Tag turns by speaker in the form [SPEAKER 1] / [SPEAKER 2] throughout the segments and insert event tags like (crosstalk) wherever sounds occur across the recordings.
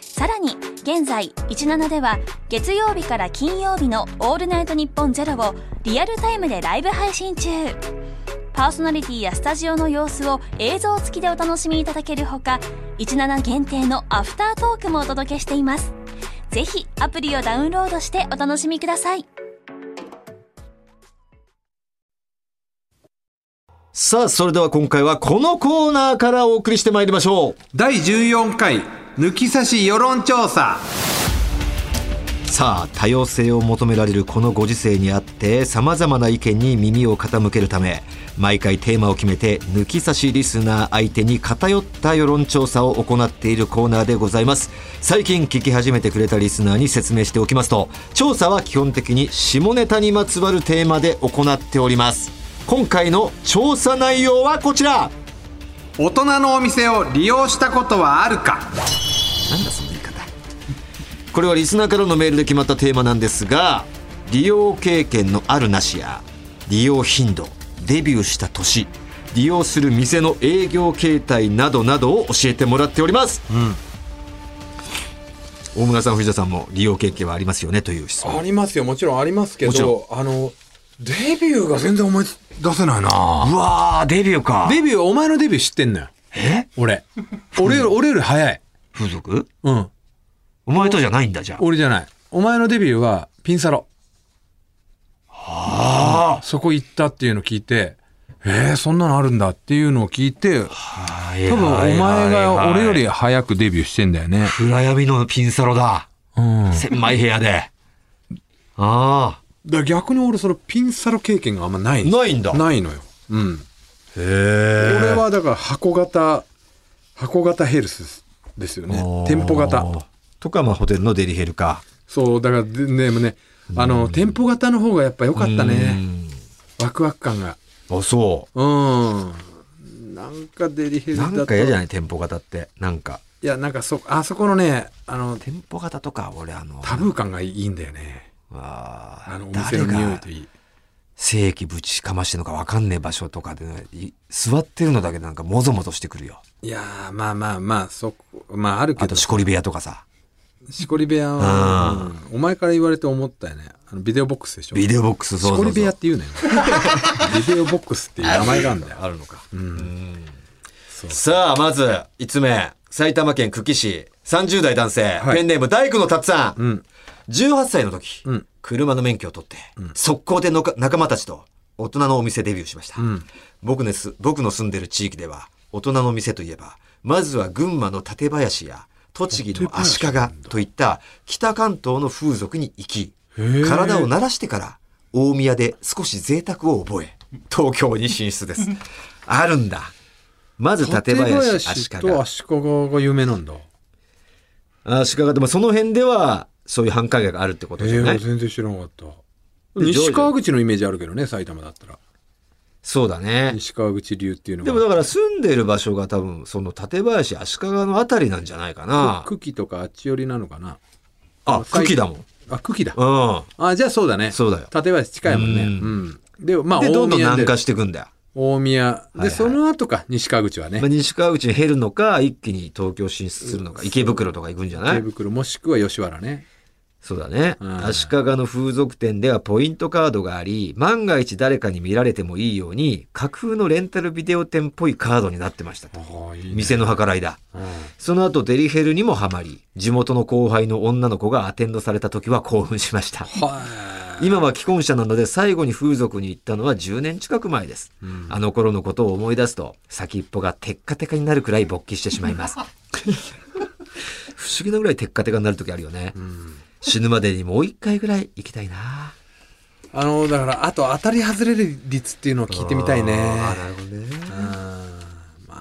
[SPEAKER 1] さらに現在17では月曜日から金曜日の「オールナイトニッポンゼロをリアルタイムでライブ配信中パーソナリティやスタジオの様子を映像付きでお楽しみいただけるほか17限定のアフタートークもお届けしていますぜひアプリをダウンロードしてお楽しみください
[SPEAKER 2] さあ、それでは今回はこのコーナーからお送りしてまいりましょう。
[SPEAKER 3] 第14回抜き差し世論調査
[SPEAKER 2] さあ多様性を求められるこのご時世にあってさまざまな意見に耳を傾けるため毎回テーマを決めて抜き差しリスナー相手に偏った世論調査を行っているコーナーでございます最近聞き始めてくれたリスナーに説明しておきますと調査は基本的に下ネタにまつわるテーマで行っております今回の調査内容はこちら
[SPEAKER 3] 大人のお店を利用したことはあるか
[SPEAKER 2] なんだその言い方これはリスナーからのメールで決まったテーマなんですが利用経験のあるなしや利用頻度デビューした年利用する店の営業形態などなどを教えてもらっております、大村さん藤田さんも利用経験はありますよねという質問
[SPEAKER 4] ありますよ、もちろんありますけ
[SPEAKER 2] もちろ
[SPEAKER 4] ど、あの、デビューが全然思い出せないな
[SPEAKER 2] うわーデビューか
[SPEAKER 4] デビュー、お前のデビュー知ってんのよ。
[SPEAKER 2] え
[SPEAKER 4] 俺。俺より、俺より早い。
[SPEAKER 2] 風俗
[SPEAKER 4] うん。
[SPEAKER 2] お前とじゃないんだじゃあ
[SPEAKER 4] 俺じゃない。お前のデビューは、ピンサロ。ああ。そこ行ったっていうのを聞いて、えー、そんなのあるんだっていうのを聞いて、多分お前が俺より早くデビューしてんだよね。
[SPEAKER 2] 暗闇のピンサロだ
[SPEAKER 4] うん。
[SPEAKER 2] 狭い部屋でああ
[SPEAKER 4] だから逆に俺そのピンサロ経験があんまないです
[SPEAKER 2] ないんだ
[SPEAKER 4] ないのよ。うん。
[SPEAKER 2] へえ
[SPEAKER 4] 俺はだから箱型箱型ヘルスですよね店舗型
[SPEAKER 2] とか、まあ、ホテルのデリヘルか。
[SPEAKER 4] そうだからででもねあの店舗型の方がやっぱ良かったねワクワク感が
[SPEAKER 2] うん。あ、そ
[SPEAKER 4] うんなんかデリヘ
[SPEAKER 2] う。
[SPEAKER 4] ルだ
[SPEAKER 2] な
[SPEAKER 4] と
[SPEAKER 2] んか嫌じゃない店舗型って。なんか。
[SPEAKER 4] いやなんかそあそこのねあの
[SPEAKER 2] 店舗型とか、俺、あの、
[SPEAKER 4] タブー感がいいんだよね
[SPEAKER 2] あー
[SPEAKER 4] あのお
[SPEAKER 2] 誰
[SPEAKER 4] 店の匂い
[SPEAKER 2] が
[SPEAKER 4] といい
[SPEAKER 2] 正規ぶちかましてんのかわかんねえ場所とかで、い座ってるのだけでなんかもぞもぞしてくるよ。
[SPEAKER 4] いやーまあまあまあそこまああるけ
[SPEAKER 2] あと、
[SPEAKER 4] ど
[SPEAKER 2] しこり部屋とかさ。
[SPEAKER 4] しこり部屋は、うんお前から言われて思ったよねあのビデオボックスでしょ
[SPEAKER 2] ビデオボックス、そうそうそう
[SPEAKER 4] しこり部屋って
[SPEAKER 2] (laughs)
[SPEAKER 4] 言うねビデオボックスっていう名前があるんだよ。
[SPEAKER 2] あるのか。さあ、まず、5つ目。埼玉県久喜市、30代男性、
[SPEAKER 4] はい
[SPEAKER 2] ペンネーム大工のたっさん。
[SPEAKER 4] ん
[SPEAKER 2] 18歳の時、
[SPEAKER 4] ん
[SPEAKER 2] 車の免許を取って、速攻でのか仲間たちと大人のお店デビューしました、僕ねす。僕の住んでる地域では、大人の店といえば、まずは群馬の館林や、栃木の足利といった北関東の風俗に行き、
[SPEAKER 4] へえ
[SPEAKER 2] 体を慣らしてから大宮で少し贅沢を覚え東京に進出です
[SPEAKER 4] (laughs)
[SPEAKER 2] あるんだまず館林足利
[SPEAKER 4] と足利が有名なんだ。
[SPEAKER 2] 足利でもその辺ではそういう繁華街があるってこ
[SPEAKER 4] え
[SPEAKER 2] とじゃない、
[SPEAKER 4] 全然知らなかった。
[SPEAKER 2] で
[SPEAKER 4] 西川口のイメージあるけどね、埼玉だったら。
[SPEAKER 2] そうだね
[SPEAKER 4] 西川口流っていうの
[SPEAKER 2] で
[SPEAKER 4] が。
[SPEAKER 2] もだから住んでる場所が多分その館林足利のあたりなんじゃないかな
[SPEAKER 4] 茎とかあっち寄りなのかな。
[SPEAKER 2] あ茎だもん
[SPEAKER 4] あ、茎だ。
[SPEAKER 2] う
[SPEAKER 4] あ、じゃあそうだね。
[SPEAKER 2] そうだよ
[SPEAKER 4] 館林近いもんね。
[SPEAKER 2] う
[SPEAKER 4] うんん。で、まあ、
[SPEAKER 2] んでど
[SPEAKER 4] 大
[SPEAKER 2] んどん
[SPEAKER 4] 宮
[SPEAKER 2] 南
[SPEAKER 4] で
[SPEAKER 2] 下。していくんだよ、
[SPEAKER 4] 大宮。
[SPEAKER 2] はい
[SPEAKER 4] で、その後か、西川口は
[SPEAKER 2] まあ、
[SPEAKER 4] ね。
[SPEAKER 2] 西川口に減るのか一気に東京進出するのか池袋とか行くんじゃない
[SPEAKER 4] 池袋、もしくは吉原ね。
[SPEAKER 2] そうだね。
[SPEAKER 4] うん
[SPEAKER 2] 足利の風俗店ではポイントカードがあり、万が一誰かに見られてもいいように、架空のレンタルビデオ店っぽいカードになってましたと。
[SPEAKER 4] ああ、いいね
[SPEAKER 2] 店の計らいだ。
[SPEAKER 4] うん
[SPEAKER 2] その後デリヘルにもハマり、地元の後輩の女の子がアテンドされた時は興奮しました。
[SPEAKER 4] はい。
[SPEAKER 2] 今は既婚者なので最後に風俗に行ったのは10年近く前です、あの頃のことを思い出すと先っぽがテッカテカになるくらい勃起してしまいます (laughs) 不思議なぐらいテッカテカになる時あるよね、死ぬまでにもう一回ぐらい行きたいな
[SPEAKER 4] あのだからあと当たり外れる率っていうのを聞いてみたいね
[SPEAKER 2] あなるほどね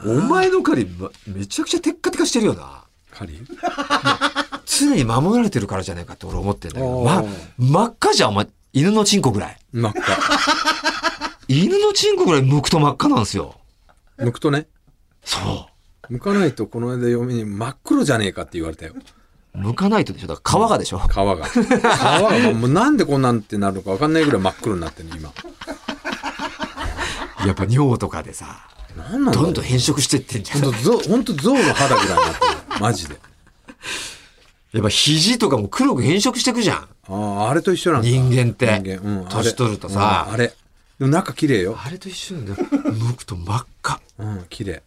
[SPEAKER 2] お前の狩りまめちゃくちゃテッカテカしてるよな
[SPEAKER 4] 狩り
[SPEAKER 2] 常に守られてるからじゃないかって俺思ってんだけど、
[SPEAKER 4] おー
[SPEAKER 2] ま、真っ赤じゃんお前犬のチンコぐらい。
[SPEAKER 4] 真っ赤。
[SPEAKER 2] 犬のチンコぐらい剥くと真っ赤なんですよ。
[SPEAKER 4] 抜くとね、
[SPEAKER 2] そ
[SPEAKER 4] 剥かないとこの間嫁に真っ黒じゃねえかって言われたよ。
[SPEAKER 2] う。剥かないとでしょ。だから皮がでしょ。
[SPEAKER 4] 皮が。皮が、もうなんでこんなんってなるのかわかんないぐらい真っ黒になってるの、今。
[SPEAKER 2] やっぱ尿とかでさ、
[SPEAKER 4] なんなんだ
[SPEAKER 2] ど
[SPEAKER 4] ろ
[SPEAKER 2] ん
[SPEAKER 4] う
[SPEAKER 2] どん変色してってんじゃん。
[SPEAKER 4] ほんとゾウ、ほんとゾウの肌ぐらいになってる。マジで。
[SPEAKER 2] やっぱ肘とかも黒く変色してくじゃん。
[SPEAKER 4] ああ、あれと一緒なんだ。
[SPEAKER 2] 人間って
[SPEAKER 4] 人間。うん。あれ
[SPEAKER 2] 年取るとさ
[SPEAKER 4] うんあれ。でも中綺麗よ。
[SPEAKER 2] あれと一緒なんだよ。 (laughs) 剥くと真っ赤。
[SPEAKER 4] うん、綺麗。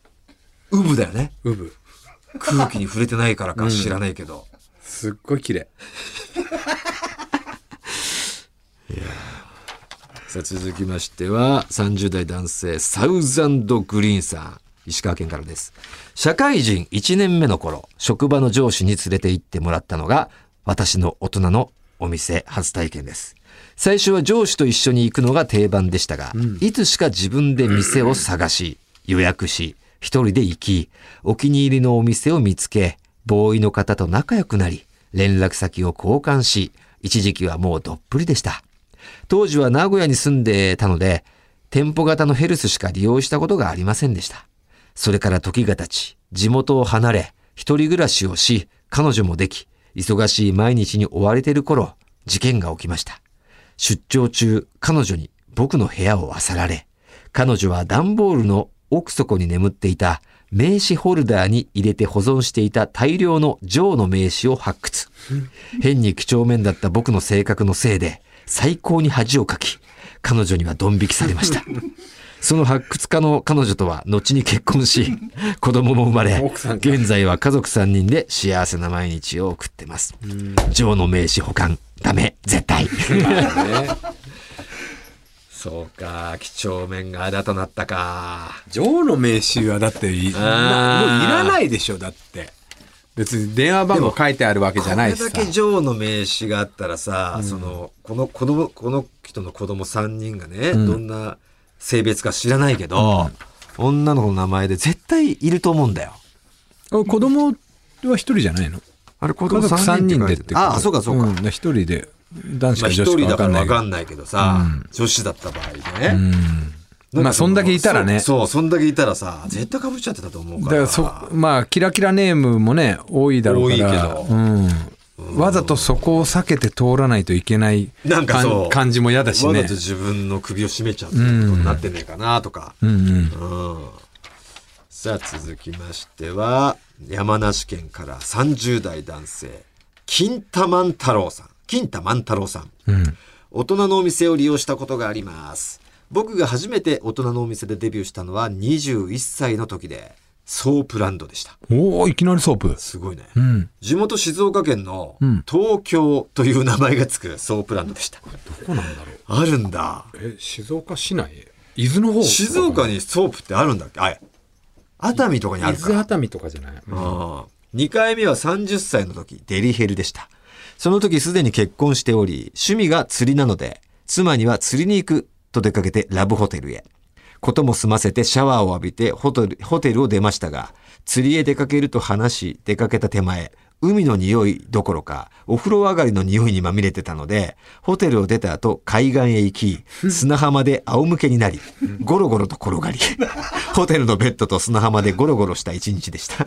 [SPEAKER 2] ウブだよね。
[SPEAKER 4] うぶ。
[SPEAKER 2] (laughs) 空気に触れてないからか知らないけど。
[SPEAKER 4] すっごい綺麗。
[SPEAKER 2] さあ続きましては30代男性サウザンドグリーンさん石川県からです社会人1年目の頃職場の上司に連れて行ってもらったのが私の大人のお店初体験です最初は上司と一緒に行くのが定番でしたが、いつしか自分で店を探し予約し一人で行きお気に入りのお店を見つけボーイの方と仲良くなり連絡先を交換し一時期はもうどっぷりでした当時は名古屋に住んでたので、店舗型のヘルスしか利用したことがありませんでした。それから時が経ち、地元を離れ、一人暮らしをし、彼女もでき、忙しい毎日に追われている頃、事件が起きました。出張中、彼女に僕の部屋を漁られ、彼女は段ボールの奥底に眠っていた名刺ホルダーに入れて保存していた大量のジョーの名刺を発掘。変に几帳面だった僕の性格のせいで、最高に恥をかき、彼女にはドン引きされま
[SPEAKER 4] (laughs)
[SPEAKER 2] した。その発掘家の彼女とは後に結婚し、子供も生まれ
[SPEAKER 4] 奥さ、んか
[SPEAKER 2] 現在は家族3人で幸せな毎日を送ってます。ジョーの名刺保管、ダメ、絶対。 (laughs)
[SPEAKER 4] ね。
[SPEAKER 2] そうか、几帳面があだとなったか。
[SPEAKER 4] ジョーの名刺はだってい、
[SPEAKER 2] あー
[SPEAKER 4] なもういらないでしょ、だって。別に電話番号書いてあるわけじゃないし
[SPEAKER 2] こ
[SPEAKER 4] さ
[SPEAKER 2] れ。だけジョーの名刺があったらさ、その、この子供、この人の子供3人がね、どんな性別か知らないけど、女の子の名前で絶対いると思うんだよ。
[SPEAKER 4] 子供は一人じゃないの
[SPEAKER 2] あれ、子
[SPEAKER 4] 家族三人でってこと
[SPEAKER 2] ああ、そうかそうか。
[SPEAKER 4] ん一人で、男子
[SPEAKER 2] まあ
[SPEAKER 4] か
[SPEAKER 2] 一
[SPEAKER 4] 女子
[SPEAKER 2] 人だか
[SPEAKER 4] か分からん
[SPEAKER 2] わか
[SPEAKER 4] ない
[SPEAKER 2] んないけどさ、女子だった場合ね。
[SPEAKER 4] けど。まあ、そんだけいたらね。
[SPEAKER 2] そう、そうそんだけいたらさ、絶対被っちゃってたと思う
[SPEAKER 4] だ
[SPEAKER 2] か。
[SPEAKER 4] かららそ、まあ、キラキラネームもね、多いだろうから。
[SPEAKER 2] 多いけど
[SPEAKER 4] うん。わざとそこを避けて通らないといけない
[SPEAKER 2] なんかそう
[SPEAKER 4] 感感じも嫌だし
[SPEAKER 2] わざ
[SPEAKER 4] ね
[SPEAKER 2] と。自分の首を絞めちゃうっていうことになってねえかなとか。
[SPEAKER 4] うんう
[SPEAKER 2] う
[SPEAKER 4] ん。
[SPEAKER 2] んさあ続きましては山梨県から30代男性金太万太郎さん金太万太郎さん、大人のお店を利用したことがあります僕が初めて大人のお店でデビューしたのは21歳の時でソープランドでした
[SPEAKER 4] おおいきなりソープ。
[SPEAKER 2] すごいね、
[SPEAKER 4] うん。
[SPEAKER 2] 地元静岡県の
[SPEAKER 4] ん
[SPEAKER 2] 東京という名前がつくソープランドでした、
[SPEAKER 4] どこなんだろう。
[SPEAKER 2] あるんだ
[SPEAKER 4] え、静岡市内伊豆の方
[SPEAKER 2] 静岡にソープってあるんだっけあ熱海とかにあ
[SPEAKER 4] 伊
[SPEAKER 2] るから
[SPEAKER 4] 豆熱海とかじゃない、
[SPEAKER 2] ああ2回目は30歳の時、デリヘルでした。その時すでに結婚しており、趣味が釣りなので、妻には釣りに行くと出かけてラブホテルへ。ことも済ませてシャワーを浴びてホテルホテルを出ましたが、釣りへ出かけると話し、出かけた手前、海の匂いどころか、お風呂上がりの匂いにまみれてたので、ホテルを出た後、海岸へ行き、砂浜で仰向けになり、ゴロゴロと転がり、ホテルのベッドと砂浜でゴロゴロした一日でした。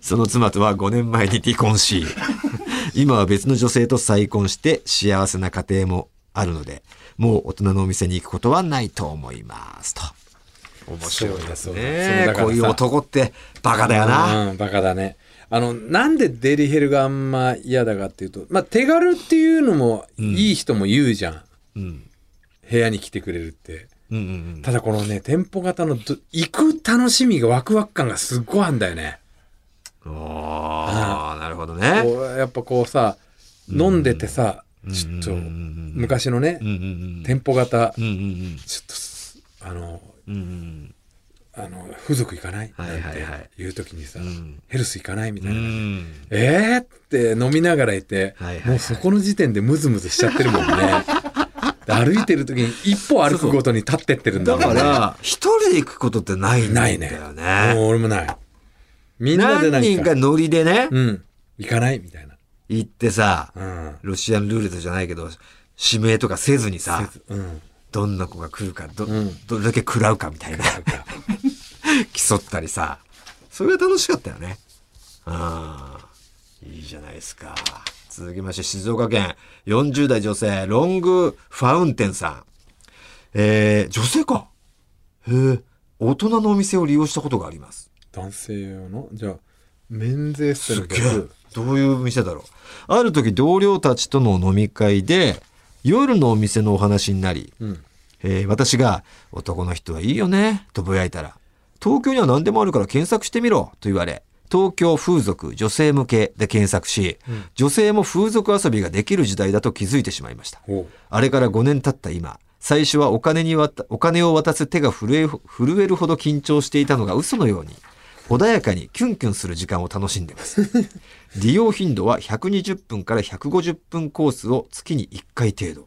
[SPEAKER 2] その妻とは5年前に離婚し、 (laughs) 今は別の女性と再婚して幸せな家庭もあるので、もう大人のお店に行くことはないと思います。と。面白いですね。こういう男ってバカだよな。
[SPEAKER 4] うん、バカだね。あの、なんでデリヘルがあんま嫌だかっていうと、まあ、手軽っていうのもいい人も言うじゃん。
[SPEAKER 2] うん。
[SPEAKER 4] 部屋に来てくれるって。
[SPEAKER 2] うんうん
[SPEAKER 4] ただこのね、店舗型のど行く楽しみがワクワク感がすっごいあんだよね。
[SPEAKER 2] うん。ああ、なるほどね。
[SPEAKER 4] こうやっぱこうさ、飲んでてさ、ちょっと昔のね
[SPEAKER 2] うん、うん
[SPEAKER 4] 店舗型、
[SPEAKER 2] うん。うんうん
[SPEAKER 4] ちょっとす、あの、
[SPEAKER 2] うん。うん
[SPEAKER 4] あの、風俗行かない
[SPEAKER 2] はいはいはい
[SPEAKER 4] なんていう時にさ、
[SPEAKER 2] ん
[SPEAKER 4] ヘルス行かないみた
[SPEAKER 2] う
[SPEAKER 4] いな。
[SPEAKER 2] ん。
[SPEAKER 4] えーって飲みながらいて、
[SPEAKER 2] はいはいはい
[SPEAKER 4] もうそこの時点でムズムズしちゃってる
[SPEAKER 2] (laughs)
[SPEAKER 4] もんね。で歩いてる時に一歩歩くごとに立ってってるんだ
[SPEAKER 2] だ
[SPEAKER 4] もんね
[SPEAKER 2] から、一人で行くことってないんだ
[SPEAKER 4] ない
[SPEAKER 2] よ
[SPEAKER 4] ね。
[SPEAKER 2] ね。
[SPEAKER 4] もう俺もない。みんな
[SPEAKER 2] 何
[SPEAKER 4] で何
[SPEAKER 2] 人
[SPEAKER 4] か
[SPEAKER 2] か、ノリでね、
[SPEAKER 4] うん、行かないみたいな。
[SPEAKER 2] 行ってさ、
[SPEAKER 4] うん。
[SPEAKER 2] ロシアンルーレットじゃないけど、指名とかせずにさ
[SPEAKER 5] せずうん
[SPEAKER 2] どんな子が来るかど,、どれだけ食らうかみたいな (laughs) 競ったりさそれが楽しかったよねうんいいじゃないですか続きまして静岡県40代女性ロングファウンテンさんえー、女性かへえ大人のお店を利用したことがあります
[SPEAKER 5] 男性用のじゃあ免税スタイ
[SPEAKER 2] す
[SPEAKER 5] ル
[SPEAKER 2] げえ
[SPEAKER 5] 逆
[SPEAKER 2] どういう店だろうある時同僚たちとの飲み会で夜のお店のお話になり、えー私が「男の人はいいよね」とぼやいたら「東京には何でもあるから検索してみろ」と言われ東京風俗女性向けで検索し、女性も風俗遊びができる時代だと気づいてしまいました
[SPEAKER 5] おう
[SPEAKER 2] あれから5年経った今最初はお金にわたお金を渡す手が震え震えるほど緊張していたのが嘘のように穏やかにキュンキュンする時間を楽しんでます利用頻度は120分から150分コースを月に1回程度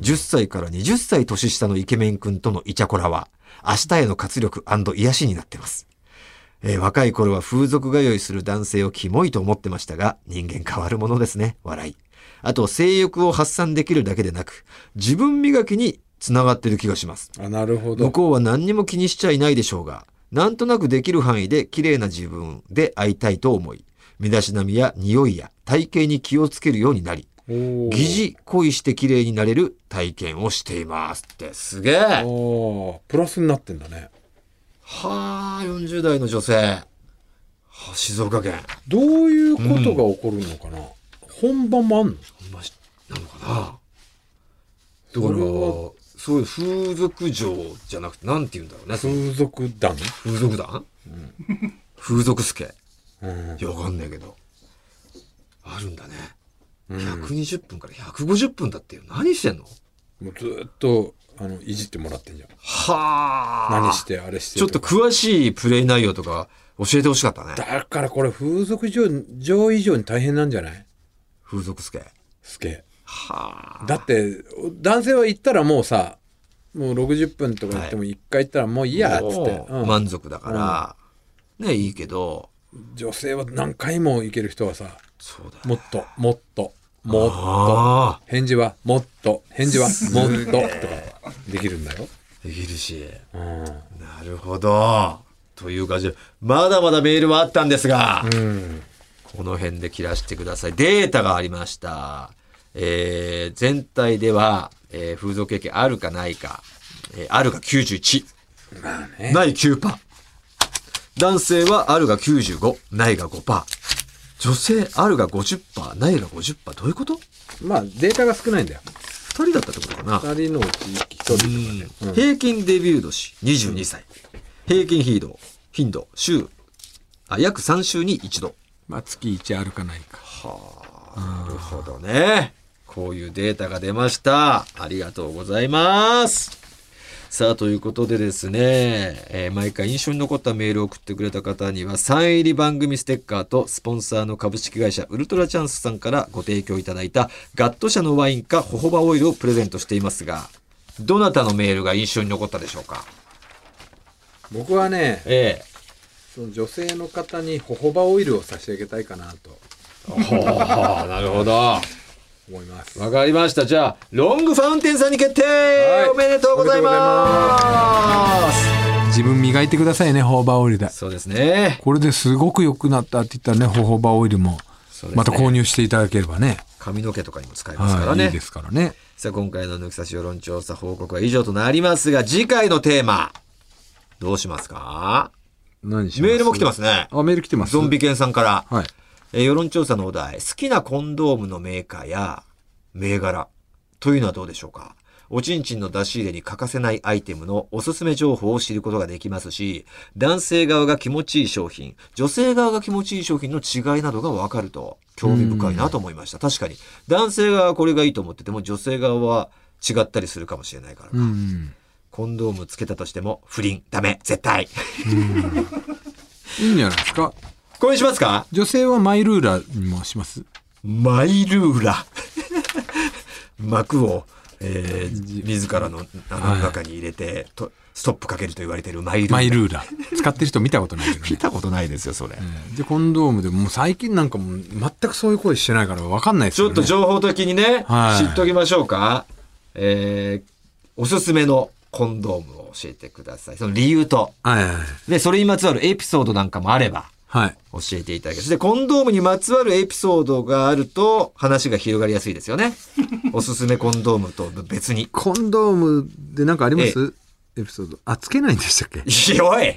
[SPEAKER 2] 10歳から20歳年下のイケメン君とのイチャコラは明日への活力癒しになってますえー若い頃は風俗通いする男性をキモいと思ってましたが、人間変わるものですね。笑い。あと、性欲を発散できるだけでなく、自分磨きにつながってる気がします。
[SPEAKER 5] あなるほど
[SPEAKER 2] 向こうは何にも気にしちゃいないでしょうが、なんとなくできる範囲で綺麗な自分で会いたいと思い、身だしなみや匂いや体型に気をつけるようになり、
[SPEAKER 5] おー
[SPEAKER 2] 疑似恋して綺麗になれる体験をしていますって。すげえ
[SPEAKER 5] あープラスになってんだね
[SPEAKER 2] はあ、40代の女性。はあ静岡県。
[SPEAKER 5] どういうことが起こるのかな、本番もあんの
[SPEAKER 2] なのかなだからそういう風俗嬢じゃなくてなんて言うんだろうねその
[SPEAKER 5] 風俗団
[SPEAKER 2] 風俗団、風俗助
[SPEAKER 5] うん
[SPEAKER 2] いやわかんないけどあるんだね、120分から150分だってよ何してんの
[SPEAKER 5] もうずーっとあのいじってもらってんじゃん
[SPEAKER 2] はあ
[SPEAKER 5] 何してあれして
[SPEAKER 2] ちょっと詳しいプレイ内容とか教えてほしかったね
[SPEAKER 5] だからこれ風俗嬢上以上に大変なんじゃない
[SPEAKER 2] 風俗助
[SPEAKER 5] すげえ
[SPEAKER 2] はあ
[SPEAKER 5] だって男性は行ったらもうさもう60分とか行っても1回行ったらもういいやっつって、うん
[SPEAKER 2] 満足だから、ねいいけど
[SPEAKER 5] 女性は何回も行ける人はさ
[SPEAKER 2] そうだよ
[SPEAKER 5] もっともっともっと
[SPEAKER 2] ああ
[SPEAKER 5] 返事はもっと返事はもっととかできるんだよ、
[SPEAKER 2] できるし
[SPEAKER 5] うん、
[SPEAKER 2] なるほど。という感じで、まだまだメールはあったんですが、この辺で切らしてください。データがありました。えー全体では、えー風俗経験あるかないか、えーあるが91、ない9%パー。男性はあるが95、ないが5%パー。女性、あるが50%パー、ないが50%パー。どういうこと
[SPEAKER 5] まあデータが少ないんだよ
[SPEAKER 2] ?2 人だったってことかな
[SPEAKER 5] 2人のうち1人とかね、うん
[SPEAKER 2] 平均デビュー年22歳平均頻度頻度週あ約3週に1度
[SPEAKER 4] まあ、月1あるかないか。
[SPEAKER 2] なるほどねこういうデータが出ましたありがとうございますさあということでですね、えー毎回印象に残ったメールを送ってくれた方にはサイン入り番組ステッカーとスポンサーの株式会社ウルトラチャンスさんからご提供いただいたガット社のワインかホホバオイルをプレゼントしていますがどなたのメールが印象に残ったでしょうか
[SPEAKER 5] 僕はね
[SPEAKER 2] ええ
[SPEAKER 5] その女性の方にホホバオイルを差し上げたいかなと
[SPEAKER 2] ああ、なるほど。わ
[SPEAKER 5] 思います
[SPEAKER 2] かりました。じゃあ、ロングファウンテンさんに決定、
[SPEAKER 5] い
[SPEAKER 2] おめでとうございます
[SPEAKER 4] 自分磨いてくださいね、ホーバーオイルで。
[SPEAKER 2] そうですね。
[SPEAKER 4] これですごく良くなったって言ったらね、ホーバーオイルも
[SPEAKER 2] うですね、
[SPEAKER 4] また購入していただければね。
[SPEAKER 2] 髪の毛とかにも使えますから
[SPEAKER 4] はい、い
[SPEAKER 2] ね。
[SPEAKER 4] いですからね。
[SPEAKER 2] さあ、今回の抜き差し世論調査報告は以上となりますが、次回のテーマ、どうしますか
[SPEAKER 4] 何します
[SPEAKER 2] メールも来てますね。
[SPEAKER 4] あ、メール来てます。
[SPEAKER 2] ゾンビ犬さんから、
[SPEAKER 4] はい。
[SPEAKER 2] えー世論調査のお題、好きなコンドームのメーカーや銘柄というのはどうでしょうかおちんちんの出し入れに欠かせないアイテムのおすすめ情報を知ることができますし、男性側が気持ちいい商品、女性側が気持ちいい商品の違いなどがわかると興味深いなと思いました。確かに。男性側はこれがいいと思ってても、女性側は違ったりするかもしれないからか。
[SPEAKER 4] うん。
[SPEAKER 2] コンドームつけたとしても、不倫、ダメ、絶対。 (laughs)
[SPEAKER 4] いいんじゃないですか。
[SPEAKER 2] これにしますか
[SPEAKER 4] 女性はマイルーラーにもします。
[SPEAKER 2] マイルーラ (laughs) 膜を、えー自らのあの中に入れてとストップかけると言われてるマイルーラー
[SPEAKER 4] マイルーラー。使ってる人見たことないけど
[SPEAKER 2] (laughs)
[SPEAKER 4] ね
[SPEAKER 2] 見。たことないですよそれ、
[SPEAKER 4] で、コンドームでもう最近なんかもう全くそういう声してないから分かんないです
[SPEAKER 2] ち
[SPEAKER 4] よ
[SPEAKER 2] ょっ
[SPEAKER 4] ね。
[SPEAKER 2] と情報的にね、
[SPEAKER 4] はい
[SPEAKER 2] 知っときましょうか。えー、おすすめのコンドームを教えてください。その理由と。
[SPEAKER 4] はいはいはい。
[SPEAKER 2] で、それにまつわるエピソードなんかもあれば、
[SPEAKER 4] はい。
[SPEAKER 2] 教えていただけます。で、コンドームにまつわるエピソードがあると、話が広がりやすいですよ
[SPEAKER 4] (laughs)
[SPEAKER 2] ね。おすすめコンドームと別に。
[SPEAKER 4] コンドームでなんかありますエピソード。あ、つけないんでしたっけ
[SPEAKER 2] いやおい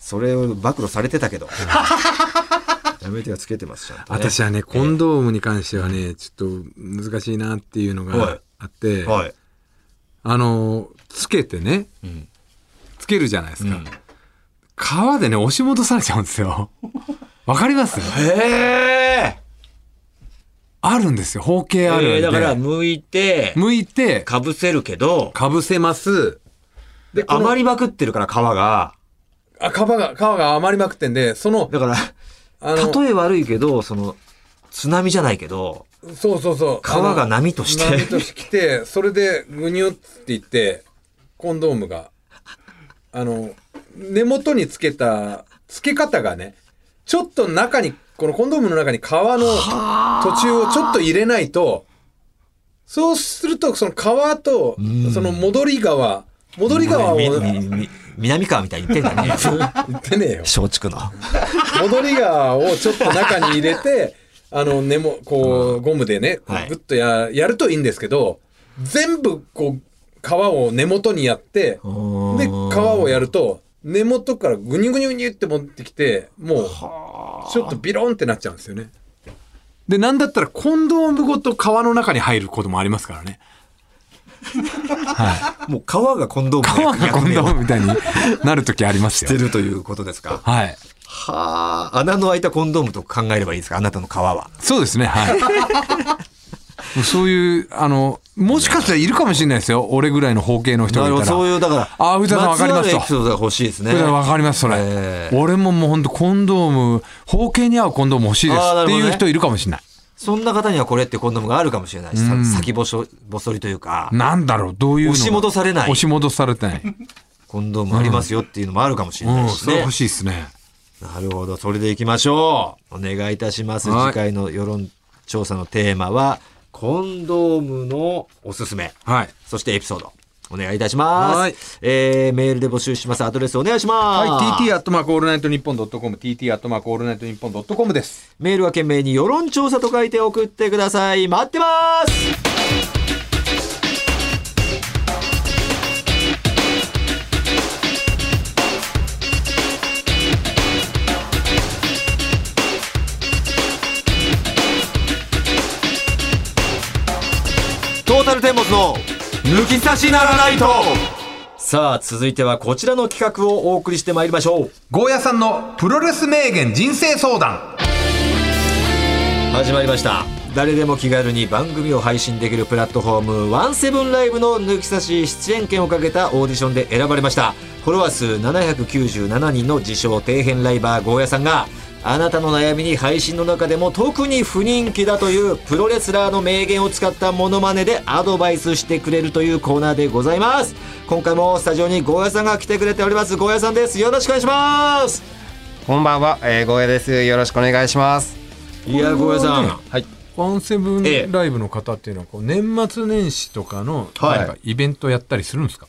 [SPEAKER 2] それを暴露されてたけ (laughs) ど。やめてはつけてます、ちゃんと、ね。
[SPEAKER 4] 私はね、コンドームに関してはね、ちょっと難しいなっていうの
[SPEAKER 2] は
[SPEAKER 4] が
[SPEAKER 2] い
[SPEAKER 4] あって、
[SPEAKER 2] はい。
[SPEAKER 4] あの、つけてね、つけるじゃないですか。川でね、押し戻されちゃうんですよ。 (laughs) わかります
[SPEAKER 2] へえ
[SPEAKER 4] あるんですよ。方形あるあ
[SPEAKER 2] ー。
[SPEAKER 4] るで
[SPEAKER 2] だから、向いて、
[SPEAKER 4] 向いて、
[SPEAKER 2] かぶせるけど、
[SPEAKER 4] かぶせます。
[SPEAKER 2] で、余りまくってるから、皮が。
[SPEAKER 5] あ、皮が、皮が余りまくってんで、その、
[SPEAKER 2] だから、
[SPEAKER 5] あの、
[SPEAKER 2] 例え悪いけど、その、津波じゃないけど、
[SPEAKER 5] そうそうそう。
[SPEAKER 2] 皮が波として
[SPEAKER 5] あの波として来て、それで、ぐにゅっていって、コンドームが、あの、根元につけた、つけ方がね、ちょっと中に、このコンドームの中に皮の途中をちょっと入れないと、そうすると、その皮と、その戻り川、戻り川を、
[SPEAKER 2] み
[SPEAKER 5] 言
[SPEAKER 2] みみ南川みたいに言ってんだ (laughs) ね。
[SPEAKER 5] ってねえよ。
[SPEAKER 2] 松竹の。
[SPEAKER 5] 戻りがをちょっと中に入れ
[SPEAKER 4] (laughs)
[SPEAKER 5] て、あの、根も、こう、ゴムでね、こ
[SPEAKER 2] はいう
[SPEAKER 5] グッとや、やるといいんですけど、全部、こう、皮を根元にやって、で、皮をやると、根元からぐにゅぐにゅぐにゅって持ってきて、もう、ちょっとビロンってなっちゃうんですよね。
[SPEAKER 4] で、なんだったらコンドームごと川の中に入ることもありますから (laughs) ね。
[SPEAKER 2] もう皮がコンドー
[SPEAKER 4] 川
[SPEAKER 2] ムの
[SPEAKER 4] がコ
[SPEAKER 2] 役
[SPEAKER 4] ン
[SPEAKER 2] 目
[SPEAKER 4] ド
[SPEAKER 2] を
[SPEAKER 4] ームみたいになるときあります
[SPEAKER 2] し
[SPEAKER 5] (laughs)
[SPEAKER 4] よ
[SPEAKER 2] て。るということですか。
[SPEAKER 4] はい。
[SPEAKER 2] はあ、穴の開いたコンドームと考えればいいですかあなたの皮は。
[SPEAKER 4] そうですね、はい。もうそういう、あの、もしかしたらいるかもしれないですよ。俺ぐらいの方形の人がいたら。
[SPEAKER 2] そういう、だから、
[SPEAKER 4] あー、歌さんわかります
[SPEAKER 2] つわる
[SPEAKER 4] と。
[SPEAKER 2] エピソードが欲しいですね。
[SPEAKER 4] 普段わかりますそれ、
[SPEAKER 2] え
[SPEAKER 4] 俺ももうほんとコンドーム方形に合うコンドーム欲しいです
[SPEAKER 2] あーな
[SPEAKER 4] っ
[SPEAKER 2] る
[SPEAKER 4] て
[SPEAKER 2] ほどね
[SPEAKER 4] いう人いるかもしれない、
[SPEAKER 2] そんな方にはこれってコンドームがあるかもしれないし、さ先細りというか、
[SPEAKER 4] なんだろうどういうのが
[SPEAKER 2] 押し戻されない
[SPEAKER 4] 押し戻されてない、
[SPEAKER 2] コンドームありますよっていうのもあるかもしれ
[SPEAKER 4] う
[SPEAKER 2] ない
[SPEAKER 4] ん、
[SPEAKER 2] し
[SPEAKER 4] それ
[SPEAKER 2] ね。
[SPEAKER 4] 欲しいですね
[SPEAKER 2] なるほど。それで行きましょう。お願いいたします。
[SPEAKER 4] はい
[SPEAKER 2] 次回の世論調査のテーマは、コンドームのおすすめ。
[SPEAKER 4] はい
[SPEAKER 2] そしてエピソード。お願いいたします。
[SPEAKER 4] はい
[SPEAKER 2] えー、メールで募集します。アドレスお願いします。
[SPEAKER 5] はい、tt アットマークオールナイトニッポンドットコム、tt アットマークオールナイトニッポンドットコムです。
[SPEAKER 2] メールは懸命に世論調査と書いて送ってください。待ってますトータルテンボスの抜き差しならないとさあ、続いてはこちらの企画をお送りしてまいりましょう。
[SPEAKER 5] ゴーヤさんのプロレス名言人生相談。
[SPEAKER 2] 始まりました誰でも気軽に番組を配信できるプラットフォームワンセブンライブの抜き差し出演権をかけたオーディションで選ばれましたフォロワー数797人の自称底辺ライバーゴーヤさんがあなたの悩みに配信の中でも特に不人気だというプロレスラーの名言を使ったモノマネでアドバイスしてくれるというコーナーでございます今回もスタジオにゴーヤさんが来てくれておりますゴーヤさんですよろしくお願いします
[SPEAKER 6] こんばんは、えー、ゴーヤです。よろしくお願いします。
[SPEAKER 2] いやゴーヤさん
[SPEAKER 4] ワンセブ
[SPEAKER 2] ええ
[SPEAKER 4] ンライブの方っていうのはこう年末年始とかの
[SPEAKER 2] はい
[SPEAKER 4] なんかイベントやったりするんですか、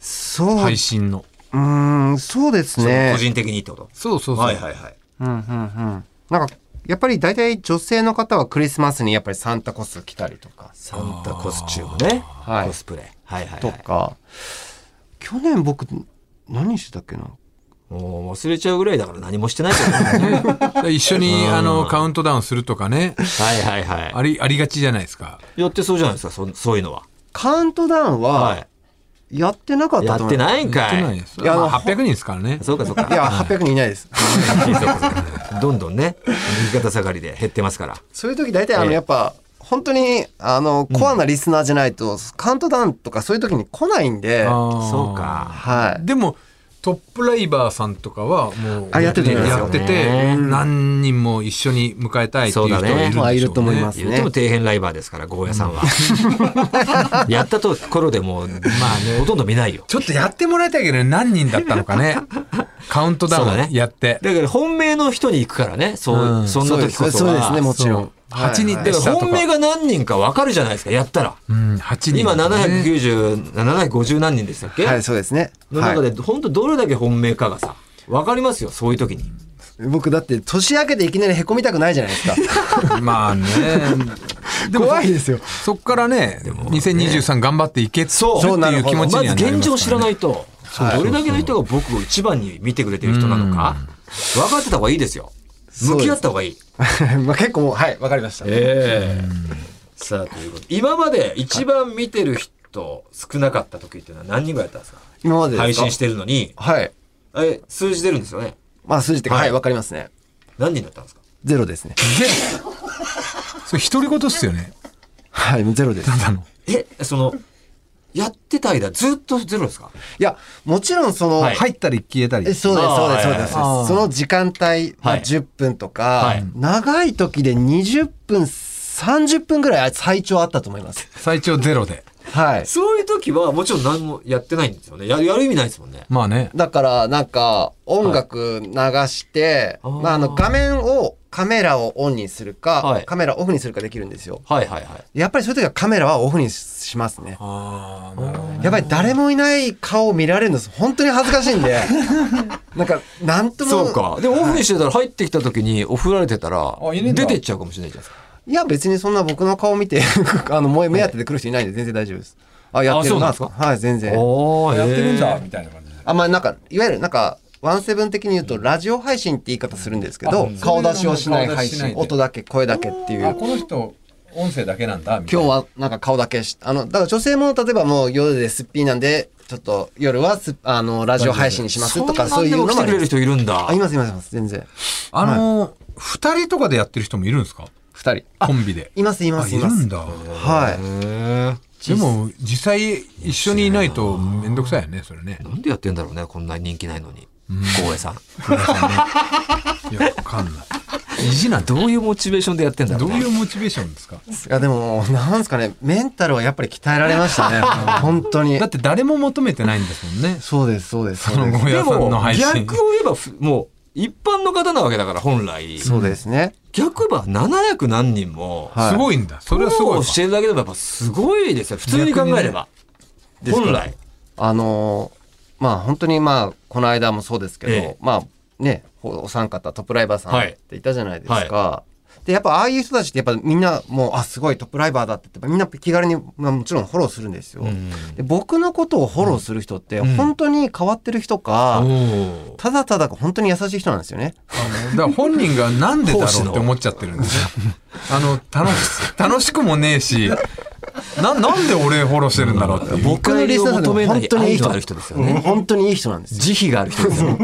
[SPEAKER 6] そう、
[SPEAKER 4] 配信の
[SPEAKER 6] うーん、そうですね
[SPEAKER 2] 個。人的にってこと
[SPEAKER 4] そうそうそう、
[SPEAKER 2] はいはいはい
[SPEAKER 6] うん、うん、うん。なんか、やっぱり大体女性の方はクリスマスにやっぱりサンタコス着たりとか、
[SPEAKER 2] サンタコスチュームね。
[SPEAKER 6] はい
[SPEAKER 2] コスプレ。はいはい、
[SPEAKER 6] と
[SPEAKER 2] はい。
[SPEAKER 6] か、去年僕、何してたっけな
[SPEAKER 2] もう忘れちゃうぐらいだから何もしてないからね。
[SPEAKER 4] 一緒にあのカウントダウンするとかね
[SPEAKER 2] はいはいは
[SPEAKER 4] ありありがちじゃないですか
[SPEAKER 2] い。やってそうじゃないですか、そそういうのは。
[SPEAKER 6] カウントダウンは
[SPEAKER 2] は、
[SPEAKER 6] やってなかっ
[SPEAKER 2] い。や
[SPEAKER 6] たと
[SPEAKER 2] って
[SPEAKER 6] 思います。
[SPEAKER 2] ないん
[SPEAKER 4] やって
[SPEAKER 2] か
[SPEAKER 4] ない
[SPEAKER 2] い。
[SPEAKER 4] です、ま
[SPEAKER 6] あの
[SPEAKER 4] あ、800人ですからね
[SPEAKER 2] そうかそうか。
[SPEAKER 6] いや、800人いない (laughs) です。
[SPEAKER 2] そうかそうか (laughs) どんどんね、右肩下がりで減ってますから。
[SPEAKER 6] そういう時大体、あ
[SPEAKER 2] え
[SPEAKER 6] の、
[SPEAKER 2] え
[SPEAKER 6] やっぱ、本当に、あの、コアなリスナーじゃないと、カウントダウンとかそういう時に来ないんで、
[SPEAKER 4] あー
[SPEAKER 2] そうか。
[SPEAKER 6] はい。
[SPEAKER 4] でもトップライバーさんとかはもう
[SPEAKER 6] あやってたよね
[SPEAKER 4] やってて何人も一緒に迎えたいっていう人がいるんでしょう
[SPEAKER 6] まあ
[SPEAKER 4] ね
[SPEAKER 6] いると思います
[SPEAKER 2] 言っても
[SPEAKER 6] ね。
[SPEAKER 2] 底辺ライバーですから、ゴーヤさんは。やったところでもう、まあね、ほとんど見ないよ。
[SPEAKER 4] ちょっとやってもらいたいけどね何人だったのかねカウントダ
[SPEAKER 2] そうだ
[SPEAKER 4] ウ
[SPEAKER 2] ね
[SPEAKER 4] ンやって、
[SPEAKER 2] だから本命の人に行くからね、そう、
[SPEAKER 4] うん
[SPEAKER 2] そんな
[SPEAKER 6] そうで
[SPEAKER 2] 時こ
[SPEAKER 6] す
[SPEAKER 2] そ
[SPEAKER 6] そう
[SPEAKER 2] は。
[SPEAKER 6] ですね、もちろ。
[SPEAKER 4] そうん8人
[SPEAKER 2] だ
[SPEAKER 4] で
[SPEAKER 2] か
[SPEAKER 4] し
[SPEAKER 2] ら
[SPEAKER 4] たとか
[SPEAKER 2] 本命が何人か分かるじゃないですか、やったら。
[SPEAKER 4] うん、8人
[SPEAKER 2] 今
[SPEAKER 4] だね
[SPEAKER 2] 790、750何人でしたっけ、
[SPEAKER 6] はい、そうですね。
[SPEAKER 2] の
[SPEAKER 6] はい
[SPEAKER 2] 中で、本当どれだけ本命かがさ、分かりますよ、そういう時に。
[SPEAKER 6] 僕だって年明けていきなりへこみたくないじゃないですか。
[SPEAKER 2] (laughs)
[SPEAKER 4] (laughs) まあね
[SPEAKER 6] 怖いですよ。
[SPEAKER 4] そっからね2023頑張っていけって
[SPEAKER 2] そう
[SPEAKER 4] いう気持ち
[SPEAKER 2] ま
[SPEAKER 4] に
[SPEAKER 2] ず
[SPEAKER 4] はなり
[SPEAKER 2] 現
[SPEAKER 4] ます
[SPEAKER 2] 状
[SPEAKER 4] か
[SPEAKER 2] を知らないと、どれだけの人が僕を一番に見てくれてる人なのか、分かってた方がいいですよ。向き合った方がいい。
[SPEAKER 6] (laughs) まあ結構もう、はい、わかりました。
[SPEAKER 2] ええさあ、ということで、今まで一番見てる人少なかった時っていうのは何人ぐらいだったんですか
[SPEAKER 6] 今までですか
[SPEAKER 2] 配信してるのに、
[SPEAKER 6] はい。
[SPEAKER 2] え、数字出るんですよね。
[SPEAKER 6] まあ数字って、
[SPEAKER 2] はい
[SPEAKER 6] はい、わかりますね。
[SPEAKER 2] 何人だったんですか
[SPEAKER 6] ゼロですね。
[SPEAKER 4] それ独り言っすよね
[SPEAKER 6] はい、もうゼロです。
[SPEAKER 2] え、その、やってた間ずっとゼロですか
[SPEAKER 6] いや、もちろんその、
[SPEAKER 2] はい
[SPEAKER 4] 入ったり消えたり
[SPEAKER 6] えそうです、
[SPEAKER 2] あー
[SPEAKER 6] そうです、そう
[SPEAKER 2] はい
[SPEAKER 6] で
[SPEAKER 2] はい
[SPEAKER 6] す。その時間帯、ま
[SPEAKER 2] は
[SPEAKER 6] あ
[SPEAKER 2] い
[SPEAKER 6] 10分と
[SPEAKER 2] は
[SPEAKER 6] か
[SPEAKER 2] い、
[SPEAKER 6] 長い時で20分、30分ぐらい最長あったと思います。
[SPEAKER 4] 最長ゼロで
[SPEAKER 6] はい。
[SPEAKER 2] そういう時はもちろん何もやってないんですよね。ややる意味ないですもんね。
[SPEAKER 4] まあね
[SPEAKER 6] だから、なんか、音楽流して、
[SPEAKER 2] はい
[SPEAKER 6] まあ、あ
[SPEAKER 2] あー
[SPEAKER 6] の、画面を、カメラをオンにするか、
[SPEAKER 2] はい
[SPEAKER 6] カメラオフにするかできるんですよ。
[SPEAKER 2] はいはいはい。
[SPEAKER 6] やっぱりそういう時はカメラはオフにしますね。
[SPEAKER 4] ああなるほど
[SPEAKER 6] やっぱり誰もいない顔を見られるのです。本当に恥ずかしい
[SPEAKER 2] (laughs)
[SPEAKER 6] んで。なんか、なんとも。
[SPEAKER 2] そうか。で、オフにしてたら入ってきた時にオフられてたら、
[SPEAKER 4] あいねえんだ
[SPEAKER 2] 出てっちゃうかもしれないじゃないですか。
[SPEAKER 6] いや、別にそんな僕の顔見て、 (laughs) あの、目目当てで来る人いないんで全然大丈夫です。あ、やってるな。
[SPEAKER 2] あそうなんです
[SPEAKER 6] はい、全然。
[SPEAKER 2] おー
[SPEAKER 4] やってるん
[SPEAKER 2] へ
[SPEAKER 4] だ
[SPEAKER 2] ー
[SPEAKER 4] みたいな感じで
[SPEAKER 6] あんまあなんか、いわゆるなんか、ワンセブン的に言うと、ラジオ配信って言い方するんですけど、顔出しをしない配
[SPEAKER 4] 顔出ししない
[SPEAKER 6] 信。
[SPEAKER 4] で
[SPEAKER 6] 音だけ、声だけっていう。
[SPEAKER 4] あこの人音声だけなんだみたい
[SPEAKER 6] 今
[SPEAKER 4] な
[SPEAKER 6] 日はなんか顔だけし、あの、だから女性も例えばもう夜ですっぴんなんで、ちょっと夜はす、あの、ラジオ配信にしますとか、
[SPEAKER 2] そ
[SPEAKER 6] そ
[SPEAKER 2] ん
[SPEAKER 6] う
[SPEAKER 2] ないんでも
[SPEAKER 6] うのも
[SPEAKER 2] 来て
[SPEAKER 6] あ
[SPEAKER 2] く
[SPEAKER 6] り
[SPEAKER 2] れ
[SPEAKER 6] ま
[SPEAKER 2] る
[SPEAKER 6] す。
[SPEAKER 2] 人いるんだ。
[SPEAKER 6] あ、いますいますいます、全然。
[SPEAKER 4] あの二、人とかでやってる人もいるんですか
[SPEAKER 6] 二人。
[SPEAKER 4] コンビで
[SPEAKER 6] いますいま
[SPEAKER 4] あ
[SPEAKER 6] す
[SPEAKER 4] い
[SPEAKER 6] い
[SPEAKER 4] る
[SPEAKER 6] ます
[SPEAKER 4] ん。だ
[SPEAKER 6] はい。
[SPEAKER 4] でも実際一緒にいないとめんどくさいよねそ
[SPEAKER 2] (laughs)
[SPEAKER 4] れね
[SPEAKER 2] なんでやってんだろうね、こんなに人気ないのに。光栄さん。
[SPEAKER 4] いやわかんない意地なんて
[SPEAKER 2] どういうモチベーションでやってんだろ
[SPEAKER 4] ど
[SPEAKER 2] う
[SPEAKER 4] う
[SPEAKER 2] ね。
[SPEAKER 4] いうモチベーションですか
[SPEAKER 6] いやでも、なんですかね、メンタルはやっぱり鍛えられましたね。本当に
[SPEAKER 4] だ。って誰も求めてないんですもんね
[SPEAKER 6] そうです、そうです。
[SPEAKER 4] その
[SPEAKER 6] そう
[SPEAKER 4] ゴー
[SPEAKER 2] で
[SPEAKER 4] ヤさん
[SPEAKER 2] も
[SPEAKER 4] の、配信
[SPEAKER 2] 逆を言えば、ふもう、一般の方なわけだから、本来。
[SPEAKER 6] そうですね。
[SPEAKER 2] 逆は700何人も、
[SPEAKER 6] はい
[SPEAKER 4] すごいんだそ
[SPEAKER 2] それ
[SPEAKER 4] れは
[SPEAKER 2] は
[SPEAKER 4] す
[SPEAKER 2] す
[SPEAKER 4] ごい
[SPEAKER 2] ご
[SPEAKER 4] わ
[SPEAKER 2] い。してるだけでもやっぱすごいですよ。普通に考えれば。本来。
[SPEAKER 6] あのーまあ本当にまあ、この間もそうですけど、
[SPEAKER 2] ええ
[SPEAKER 6] まあね、おお三方、トップライバーさん
[SPEAKER 2] はい
[SPEAKER 6] っていたじゃないですか。で、やっぱああいう人たちってやっぱみんなもう、あ、すごいトップライバーだって言って、みんな気軽に、まあもちろんフォローするんですよ。で僕のことをフォローする人って、本当に変わってる人か、
[SPEAKER 4] おー
[SPEAKER 6] ただただ本当に優しい人なんですよね。
[SPEAKER 4] あのだから本人がなんでだろうって思っちゃってるんですよあの楽し (laughs) 楽しくもねえしななんで俺フォローしてるんだろうっていう
[SPEAKER 2] 僕のリスナーさんでも本当にいい人ある人ですよ
[SPEAKER 6] うん
[SPEAKER 2] ね。
[SPEAKER 6] 本当にいい人なんですよ。
[SPEAKER 2] 慈悲がある人ですよ。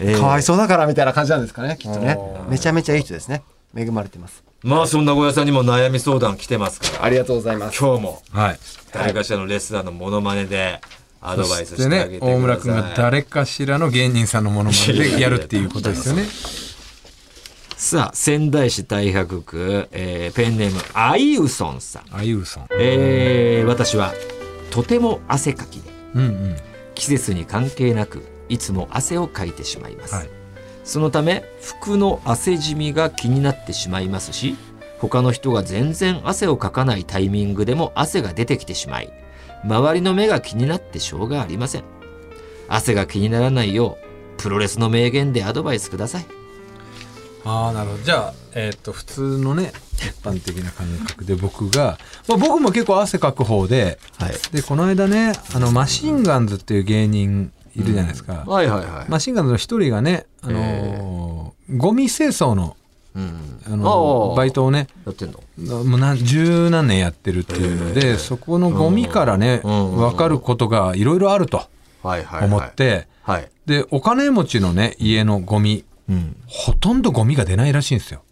[SPEAKER 2] ええ
[SPEAKER 6] かわいそうだからみたいな感じなんですかね、きっとね。めちゃめちゃいい人ですね。恵まれてます。
[SPEAKER 2] まあそんな小屋さんにも悩み相談来てますから、
[SPEAKER 6] ありがとうございます。
[SPEAKER 2] 今日も
[SPEAKER 4] はい
[SPEAKER 2] 誰かしらのレスラーのモノマネでアド
[SPEAKER 4] そ
[SPEAKER 2] バイス
[SPEAKER 4] し
[SPEAKER 2] して
[SPEAKER 4] て
[SPEAKER 2] あげてく
[SPEAKER 4] ね
[SPEAKER 2] ださい。
[SPEAKER 4] 大村君が誰かしらの芸人さんのものまねでやるっていうことですよね
[SPEAKER 2] さあ、仙台市太白区、えーペンネーム、あいうそんさん。
[SPEAKER 4] あゆうさん
[SPEAKER 2] えー私は、とても汗かきで、
[SPEAKER 4] うんうん
[SPEAKER 2] 季節に関係なく、いつも汗をかいてしまいます。
[SPEAKER 4] はい
[SPEAKER 2] そのため、服の汗じみが気になってしまいますし、他の人が全然汗をかかないタイミングでも汗が出てきてしまい、周りの目が気になってしょうがありません。汗が気にならないよう、プロレスの名言でアドバイスください。
[SPEAKER 4] ああなるほどじゃあ、えーっと普通のね一般的な感覚で僕が、まあ、僕も結構汗かく方で、
[SPEAKER 2] はい
[SPEAKER 4] でこの間ねあのマシンガンズっていう芸人いるじゃないですか、
[SPEAKER 2] はいはいはい
[SPEAKER 4] マシンガンズの一人がね、あのーゴミ清掃の
[SPEAKER 2] うん。
[SPEAKER 4] あの
[SPEAKER 2] あ
[SPEAKER 4] ー
[SPEAKER 2] あ
[SPEAKER 4] バイトをね
[SPEAKER 2] やってんの
[SPEAKER 4] もう何十何年やってるっていうので、そこのゴミからね、
[SPEAKER 2] うん
[SPEAKER 4] 分かることがいろいろあると
[SPEAKER 2] はいはい、はい。
[SPEAKER 4] 思って、。
[SPEAKER 2] はい。
[SPEAKER 4] でお金持ちのね家のゴミ、
[SPEAKER 2] うん。
[SPEAKER 4] ほとんどゴミが出ないらしいんですよ。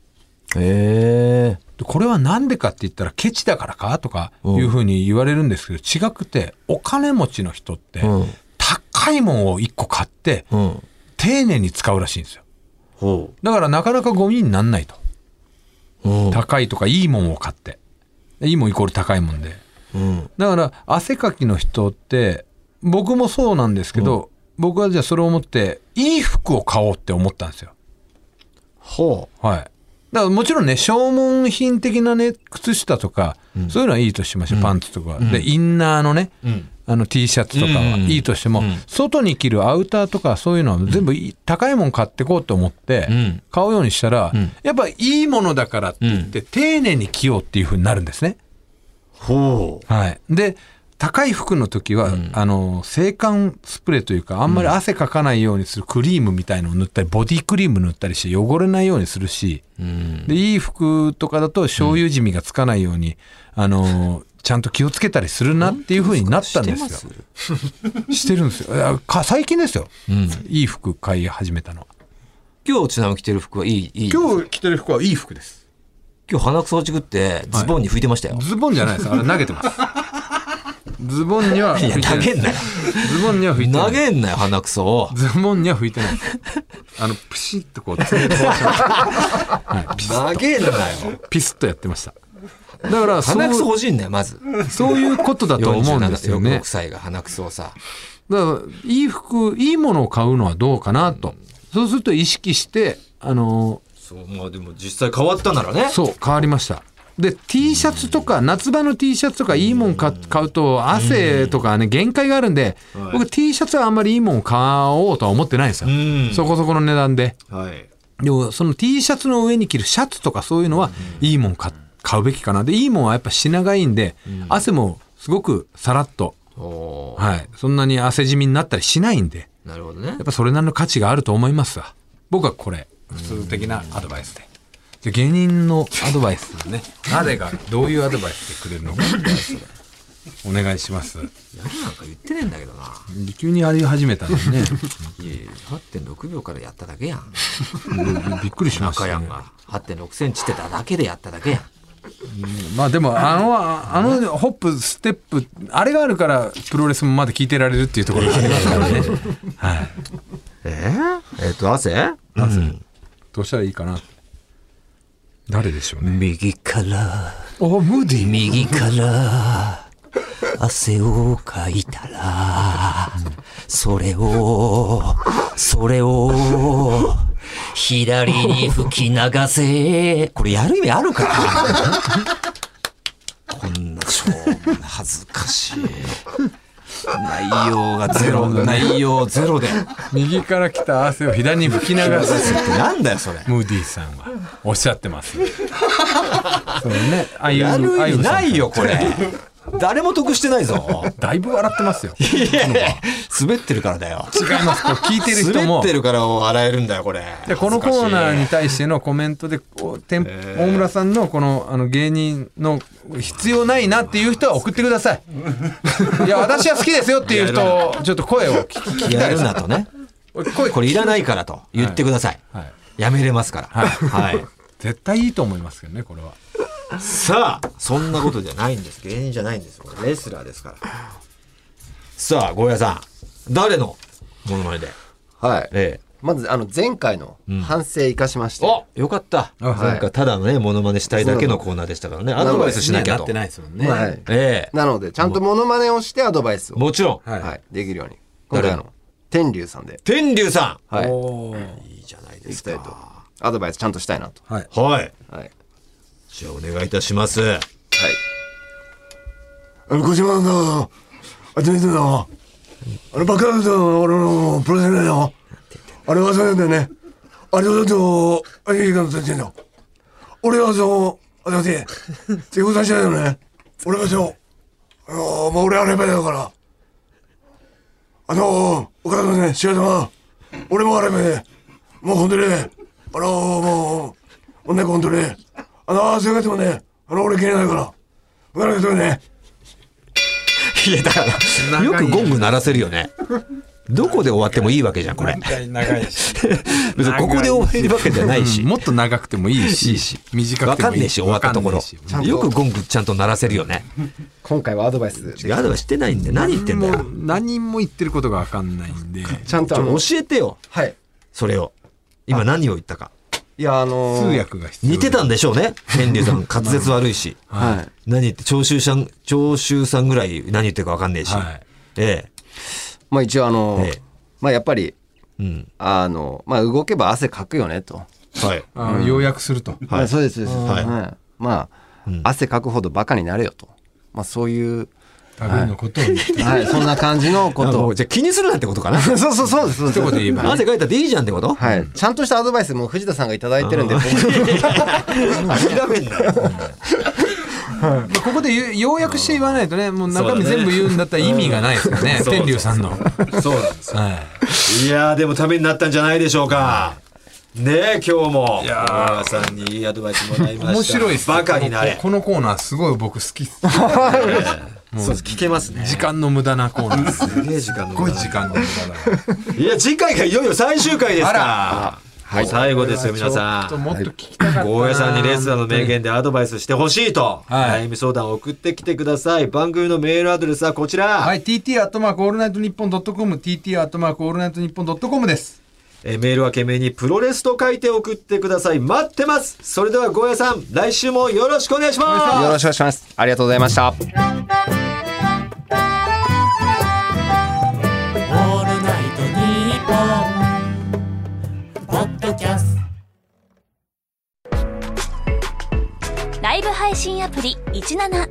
[SPEAKER 2] ええ
[SPEAKER 4] でこれはなんでかって言ったらケチだからかとかいうふうに言われるんですけど違くてお金持ちの人って
[SPEAKER 2] うん
[SPEAKER 4] 高高いもんを1個買って、
[SPEAKER 2] うん。
[SPEAKER 4] 丁寧に使うらしいんですよ。
[SPEAKER 2] ほ
[SPEAKER 4] だからなかなかゴミになんないと。
[SPEAKER 2] う。うん。
[SPEAKER 4] 高いとかいいもんを買って。いいもんイコール高いもんで。
[SPEAKER 2] うん。
[SPEAKER 4] だから汗かきの人って僕もそうなんですけど、僕はじゃあそれを思っていい服を買おうって思ったんですよ
[SPEAKER 2] ほ
[SPEAKER 4] はいだからもちろんね消耗品的なね靴下とか、そういうのはいいとしましょう、パンツとか、でインナーのね、
[SPEAKER 2] ん
[SPEAKER 4] あの T シャツとかは
[SPEAKER 2] うん
[SPEAKER 4] いいとしても、
[SPEAKER 2] うん
[SPEAKER 4] 外に着るアウターとかそういうのは全部いい高いもん買ってこうと思って
[SPEAKER 2] うん
[SPEAKER 4] 買うようにしたら、
[SPEAKER 2] ん
[SPEAKER 4] やっぱいいものだからって言って丁寧に着ようっていうふうになるんですね、
[SPEAKER 2] う。ほ
[SPEAKER 4] はい、で高い服の時は、あの制汗スプレーというかあんまり汗かかないようにするクリームみたいのを塗ったりボディクリーム塗ったりして汚れないようにするし、
[SPEAKER 2] う。うん。
[SPEAKER 4] でいい服とかだと醤油染みがつかないように、あのちゃんと気をつけたりするなっていうふうになったんですよ。
[SPEAKER 6] してます
[SPEAKER 4] してるんですよいやか最近ですよ、
[SPEAKER 2] ん
[SPEAKER 4] いい服買い始めたのは。
[SPEAKER 2] 今日ちなみに着てる服はいい、いい。
[SPEAKER 5] 今日着てる服はいい服です。
[SPEAKER 2] 今日鼻くそ落ちくってズボンに拭いてましたよ。、
[SPEAKER 4] ズボンじゃないですあれ投げてます。ズボンにはい拭
[SPEAKER 2] や、
[SPEAKER 4] いて
[SPEAKER 2] 投
[SPEAKER 4] ない
[SPEAKER 2] げんなよ。
[SPEAKER 4] ズボンには拭いてない
[SPEAKER 2] 投げんなよ、鼻くそを。
[SPEAKER 4] ズボンには拭
[SPEAKER 2] (laughs)
[SPEAKER 4] いてない。あの、プシッとこう、つけて
[SPEAKER 2] 投げんなよ。
[SPEAKER 4] ピスッとやってました。だから、そ、
[SPEAKER 2] 鼻くそう欲しいんだよ、まず。
[SPEAKER 4] そういうことだと思うんですよね
[SPEAKER 2] 46。歳が鼻くそをさ。
[SPEAKER 4] だから、いい服、いいものを買うのはどうかなと。そうすると意識して、あの、
[SPEAKER 2] そう、まあでも実際変わったならね。
[SPEAKER 4] そう、変わりました。で、T シャツとか、夏場の T シャツとか、いいもんか買うと、汗とかね、限界があるんで、僕 T シャツはあんまりいいもん買おうとは思ってないんですよ
[SPEAKER 2] ん。
[SPEAKER 4] そこそこの値段で。
[SPEAKER 2] はい。
[SPEAKER 4] でもその T シャツの上に着るシャツとかそういうのはいいもん買買うべきかなでいいもんはやっぱ品がいいんで、汗もすごくさらっと、
[SPEAKER 2] お
[SPEAKER 4] はい、そんなに汗染みになったりしないんで
[SPEAKER 2] ーなるほどね
[SPEAKER 4] やっ。ぱそれなりの価値があると思いますわ僕はこれ普通的なアドバイスで。じゃあ芸人のアドバイスね。誰がどういうアドバイスしてくれる
[SPEAKER 2] (laughs)
[SPEAKER 4] のか。お願いします。
[SPEAKER 2] なんか言ってねえんだけどな。
[SPEAKER 4] 急にあれ始めたの
[SPEAKER 2] (laughs)
[SPEAKER 4] にね。
[SPEAKER 2] いやいや、8.6秒からやっただけやん。
[SPEAKER 4] びっくりしました、
[SPEAKER 2] 中
[SPEAKER 4] ね。
[SPEAKER 2] やんが。8.6センチってただけでやっただけやん。
[SPEAKER 4] まあでもあのああのホップステップあれがあるからプロレスもまだ聞いてられるっていうところがありますからね。はい。
[SPEAKER 2] ええっと、汗
[SPEAKER 4] どうしたらいいかな。誰でしょうね。
[SPEAKER 2] 右から、
[SPEAKER 4] おムーディー。
[SPEAKER 2] 右から、汗をかいたら、それを、それを、左に吹き流せ。これやる意味あるかなこんなしょうもない恥ずかしい。内容がゼロ、内容ゼロで。
[SPEAKER 4] 右から来た汗を左に吹き流す。
[SPEAKER 2] (laughs) なんだよ、それ。
[SPEAKER 4] ムーディーさんはおっしゃっ
[SPEAKER 2] (laughs)
[SPEAKER 4] てます。そうね。ああいう
[SPEAKER 2] やる
[SPEAKER 4] ああ
[SPEAKER 2] 意
[SPEAKER 4] う
[SPEAKER 2] 味ないよ、
[SPEAKER 4] さ
[SPEAKER 2] これ。誰も得してないぞ。
[SPEAKER 4] んだいぶ笑ってますよ。
[SPEAKER 2] いやいや滑ってるからだよ。
[SPEAKER 4] 違います。これ聞いてる人
[SPEAKER 2] 滑
[SPEAKER 4] も。
[SPEAKER 2] ってるから笑えるんだよ、これ。
[SPEAKER 4] でこのコーナー
[SPEAKER 2] 恥ずか
[SPEAKER 4] に
[SPEAKER 2] しい
[SPEAKER 4] 対してのコメントでおてん大村さんのこのあの芸人の必要ないなっていう人は送ってください (laughs) いや私は好きですよっていう人ちょっと声を聞き聞きた
[SPEAKER 2] や
[SPEAKER 4] いで
[SPEAKER 2] る
[SPEAKER 4] す
[SPEAKER 2] なとね。
[SPEAKER 4] 声
[SPEAKER 2] これいらないからと言ってください。
[SPEAKER 4] はい
[SPEAKER 2] やめれますから。はい。
[SPEAKER 4] 絶対いいと思いますけどねこれは
[SPEAKER 2] さあ、そんなことじゃないんです。芸人じゃないんです。これレスラーですから。さあ、ゴーヤさん。誰のモノマネで
[SPEAKER 6] はい。
[SPEAKER 2] え
[SPEAKER 6] まず、あの、前回の反省生かしまし
[SPEAKER 2] え。
[SPEAKER 6] て。
[SPEAKER 2] およかった。前回ただのね、モノマネしたいだけのコーナーでしたからね。アドバイスしなきゃと。
[SPEAKER 5] いですもんね
[SPEAKER 6] はい。
[SPEAKER 2] ええ。
[SPEAKER 6] なので、ちゃんとモノマネをしてアドバイスを、
[SPEAKER 2] もちろん。
[SPEAKER 5] はい
[SPEAKER 6] はい、できるように。今回あの、天竜さんで、
[SPEAKER 2] 天竜さん。
[SPEAKER 6] はい、
[SPEAKER 2] いいじゃないで
[SPEAKER 6] いき
[SPEAKER 2] す
[SPEAKER 6] たい
[SPEAKER 2] か。
[SPEAKER 6] と。アドバイスちゃんとしたいなと。
[SPEAKER 2] はい。
[SPEAKER 6] はい。
[SPEAKER 2] じゃあお願いいたします。
[SPEAKER 6] はい。あの、小島さんの、あっちの人の、あの、バックアウトの俺のプロセスの、あれ忘れてね。あれをちょっと、あれいいかもしれない俺はそう、あれだって、自分させないよね。俺はそう、あの、もう俺はレベルだから。あの、お母さんね、仕事は、俺もあれめ、もう本当にね、あの、もう、女の子本当にね、あの、そういうやつもね、あの、俺嫌いだから。分からないけどね。
[SPEAKER 2] いや、だから、よくゴング鳴らせるよね。どこで終わってもいいわけじゃんこれ
[SPEAKER 5] 長いし。
[SPEAKER 2] 別にここで終われるわけじゃないし
[SPEAKER 4] うんもっと長くてもいいし、短
[SPEAKER 2] わ
[SPEAKER 4] くて
[SPEAKER 2] か
[SPEAKER 4] も
[SPEAKER 2] ん
[SPEAKER 4] いい
[SPEAKER 2] ねえし終わったところ
[SPEAKER 4] わかんねえし
[SPEAKER 2] よくゴングちゃんと鳴らせるよね
[SPEAKER 6] 今回はアドバイス
[SPEAKER 2] 違うアドバイスしてないんで何言ってんだ
[SPEAKER 4] も
[SPEAKER 2] よ
[SPEAKER 4] う何も言ってることがわかんないんで。
[SPEAKER 6] ちゃんと
[SPEAKER 2] ち
[SPEAKER 6] あの
[SPEAKER 2] ょ教えてよ
[SPEAKER 6] はい
[SPEAKER 2] それを今何を言ったか
[SPEAKER 6] いやあの
[SPEAKER 4] 通
[SPEAKER 6] ー
[SPEAKER 4] 訳が必要。
[SPEAKER 2] 似てたんでしょうねヘンリーさん滑舌悪いし
[SPEAKER 6] はい
[SPEAKER 2] 何言って長州さん長州さんぐらい何言ってるか分かんねえし、
[SPEAKER 4] はい
[SPEAKER 2] え
[SPEAKER 6] まあ一応あのー
[SPEAKER 2] ええ
[SPEAKER 6] まあやっぱり
[SPEAKER 2] えうん
[SPEAKER 6] あのまあ動けば汗かくよねと
[SPEAKER 2] はい
[SPEAKER 4] あー。要約すると。
[SPEAKER 6] まあそうですそうです
[SPEAKER 2] はい
[SPEAKER 6] はいまあ汗かくほどバカになれよとまあそういう
[SPEAKER 4] 食べるのことを言って。
[SPEAKER 6] はいそんな感じのこ
[SPEAKER 2] あ
[SPEAKER 6] と
[SPEAKER 2] も
[SPEAKER 6] を
[SPEAKER 2] うじゃあ気にするなってことか (laughs) な
[SPEAKER 6] そうそうそうですそうです
[SPEAKER 4] 一言言えば
[SPEAKER 2] 汗かいたっていいじゃんってこと、
[SPEAKER 6] はいちゃんとしたアドバイスも藤田さんがいただいてるんで僕
[SPEAKER 2] 諦めんなよ
[SPEAKER 4] まあここで言う要約して言わないとね、もう中
[SPEAKER 2] そうだ
[SPEAKER 4] 身
[SPEAKER 2] ね
[SPEAKER 4] 全部言うんだったら意味がないですからね、天竜さんの。そうなんです。はい。
[SPEAKER 2] いやーでもためになったんじゃないでしょうか。ねえ今日も
[SPEAKER 4] いやー
[SPEAKER 2] 小川さんにいいアドバイスもらいました。
[SPEAKER 4] 面白いっすね
[SPEAKER 2] バカにな (laughs) れ。
[SPEAKER 4] このこのコーナーすごい僕好きっす。
[SPEAKER 2] そうです聞けますね。
[SPEAKER 4] 時間の無駄なコ
[SPEAKER 5] (laughs)
[SPEAKER 4] ーナーです。す
[SPEAKER 2] すげえ時間の
[SPEAKER 4] ご
[SPEAKER 2] 無
[SPEAKER 4] い
[SPEAKER 2] 駄だ
[SPEAKER 4] 時間の無駄だ。
[SPEAKER 2] いや次回がいよいよ最終回ですから。はい最後ですよ皆さ
[SPEAKER 4] ちょっ
[SPEAKER 2] ん。
[SPEAKER 4] ともっと聞きたかったな。
[SPEAKER 2] 大江さんにレスラーの名言でアドバイスしてほしいと、
[SPEAKER 4] はい
[SPEAKER 2] 悩み相談を送ってきてください番組のメールアドレスはこちら、
[SPEAKER 5] はい、TT アットマークオールナイトニッポンドットコム、TT アットマークオールナイトニッポンドットコムです。
[SPEAKER 2] えーメールは懸命にプロレスと書いて送ってください待ってますそれではゴーヤさん来週もよろしくお願いします (laughs)
[SPEAKER 6] よろしくお願いしますありがとうございました
[SPEAKER 7] オールナイトニッポン」ポッドキャスト
[SPEAKER 1] ライブ配信アプリ17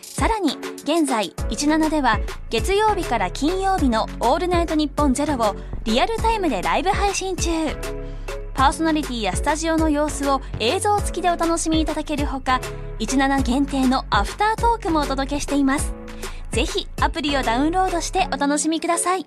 [SPEAKER 1] さらに現在17では月曜日から金曜日の「オールナイトニッポンゼロをリアルタイムでライブ配信中パーソナリティやスタジオの様子を映像付きでお楽しみいただけるほか17限定のアフタートークもお届けしていますぜひアプリをダウンロードしてお楽しみください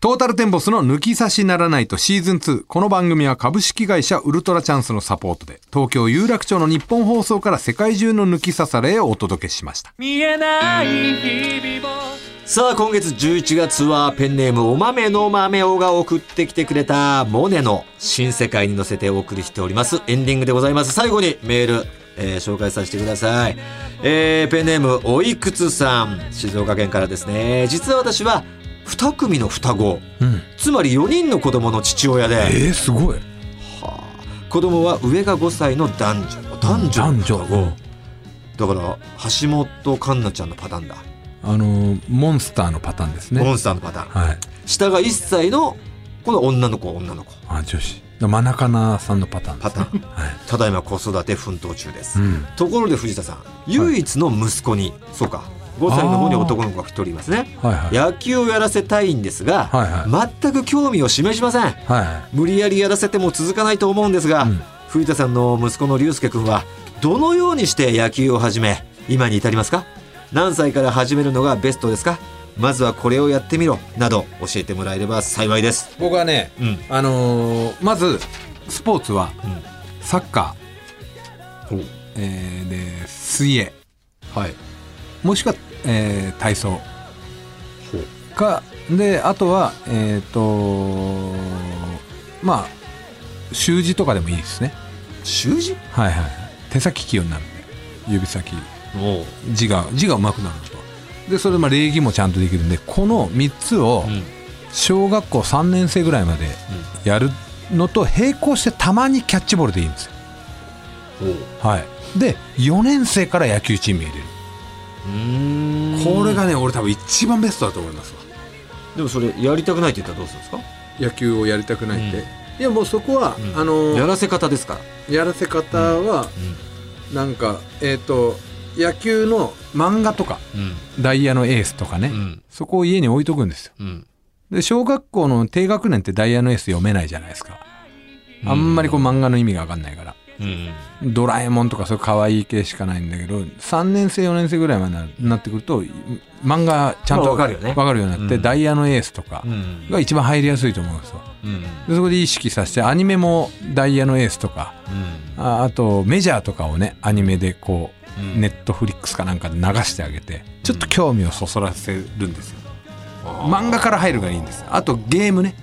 [SPEAKER 5] トータルテンボスの抜き差しならないとシーズン2。この番組は株式会社ウルトラチャンスのサポートで、東京有楽町の日本放送から世界中の抜き差されをお届けしました。
[SPEAKER 2] さあ今月11月はペンネームお豆の豆おが送ってきてくれたモネの新世界に乗せてお送りしておりますエンディングでございます最後にメール、えー紹介させてください、えーペンネームおいくつさん静岡県からですね実は私は2組の双子、つまり4人の子供の父親で、
[SPEAKER 4] えー、すごい。
[SPEAKER 2] 子供は上が5歳の男女男女
[SPEAKER 4] 男女。
[SPEAKER 2] だから橋本環奈ちゃんのパターンだ、
[SPEAKER 4] あのー、モンスターのパターンです
[SPEAKER 2] モ
[SPEAKER 4] ね。
[SPEAKER 2] ンスターのパターン
[SPEAKER 4] はい。
[SPEAKER 2] 下が1歳のこの女の子女の子
[SPEAKER 4] あ、女子。マナカナさんのパターンで
[SPEAKER 2] パ
[SPEAKER 4] す
[SPEAKER 2] タ
[SPEAKER 4] ね。
[SPEAKER 2] ーン
[SPEAKER 4] (laughs) はい。
[SPEAKER 2] ただいま子育て奮闘中です、
[SPEAKER 4] うん。
[SPEAKER 2] ところで藤田さん唯一の息子に、そうか5歳の方に男の子が1人いますね
[SPEAKER 4] はいは
[SPEAKER 2] 野
[SPEAKER 4] い。
[SPEAKER 2] 球をやらせたいんですが、
[SPEAKER 4] はい
[SPEAKER 2] 全く興味を示しません
[SPEAKER 4] はいはい。
[SPEAKER 2] 無理やりやらせても続かないと思うんですが、
[SPEAKER 4] うん
[SPEAKER 2] 藤田さんの息子の龍介君はどのようにして野球を始め今に至りますか何歳から始めるのがベストですかまずはこれをやってみろなど教えてもらえれば幸いです
[SPEAKER 5] 僕はね、
[SPEAKER 2] うん
[SPEAKER 5] あのーまずスポーツは、サッカ
[SPEAKER 2] ほ
[SPEAKER 5] ー
[SPEAKER 2] う、
[SPEAKER 5] えーで水泳
[SPEAKER 2] はい
[SPEAKER 5] もしくは、えー体操かであとはえっ、とまあ習字とかでもいいですね
[SPEAKER 2] 習字
[SPEAKER 5] はいはい手先器用になるんで指先
[SPEAKER 2] もう
[SPEAKER 5] 字が字がうまくなるとでそれでまあ礼儀もちゃんとできるんでこの3つを
[SPEAKER 2] ん
[SPEAKER 5] 小学校3年生ぐらいまでやるのと並行してたまにキャッチボールでいいんですよ、はい、で4年生から野球チームに入れる
[SPEAKER 4] これがね俺多分一番ベストだと思いますわ
[SPEAKER 2] でもそれやりたくないって言ったらどうするんですか
[SPEAKER 5] 野球をやりたくないって、いやもうそこは、あの
[SPEAKER 2] やらせ方ですから
[SPEAKER 5] やらせ方は、なんかえっ、と野球の漫画とか
[SPEAKER 2] うん
[SPEAKER 4] ダイヤのエースとかね、
[SPEAKER 2] ん
[SPEAKER 4] そこを家に置いとくんですよ
[SPEAKER 2] うん
[SPEAKER 4] で小学校の低学年ってダイヤのエース読めないじゃないですかあんまりこう漫画の意味が分かんないから
[SPEAKER 2] うん
[SPEAKER 4] ドラえもんとかそういう可愛い系しかないんだけど3年生4年生ぐらいまでになってくると漫画ちゃんと
[SPEAKER 2] まあわかるよね
[SPEAKER 4] わかるようになって、
[SPEAKER 2] うん
[SPEAKER 4] ダイヤのエースとか
[SPEAKER 2] うん
[SPEAKER 4] が一番入りやすいと思うんですよ
[SPEAKER 2] うん
[SPEAKER 4] でそこで意識させてアニメもダイヤのエースとかああとメジャーとかをねアニメでこう、
[SPEAKER 2] うん
[SPEAKER 4] ネットフリックスかなんかで流してあげてちょっと興味をそそらせるんですよ、漫画から入るがいいんですあとゲームね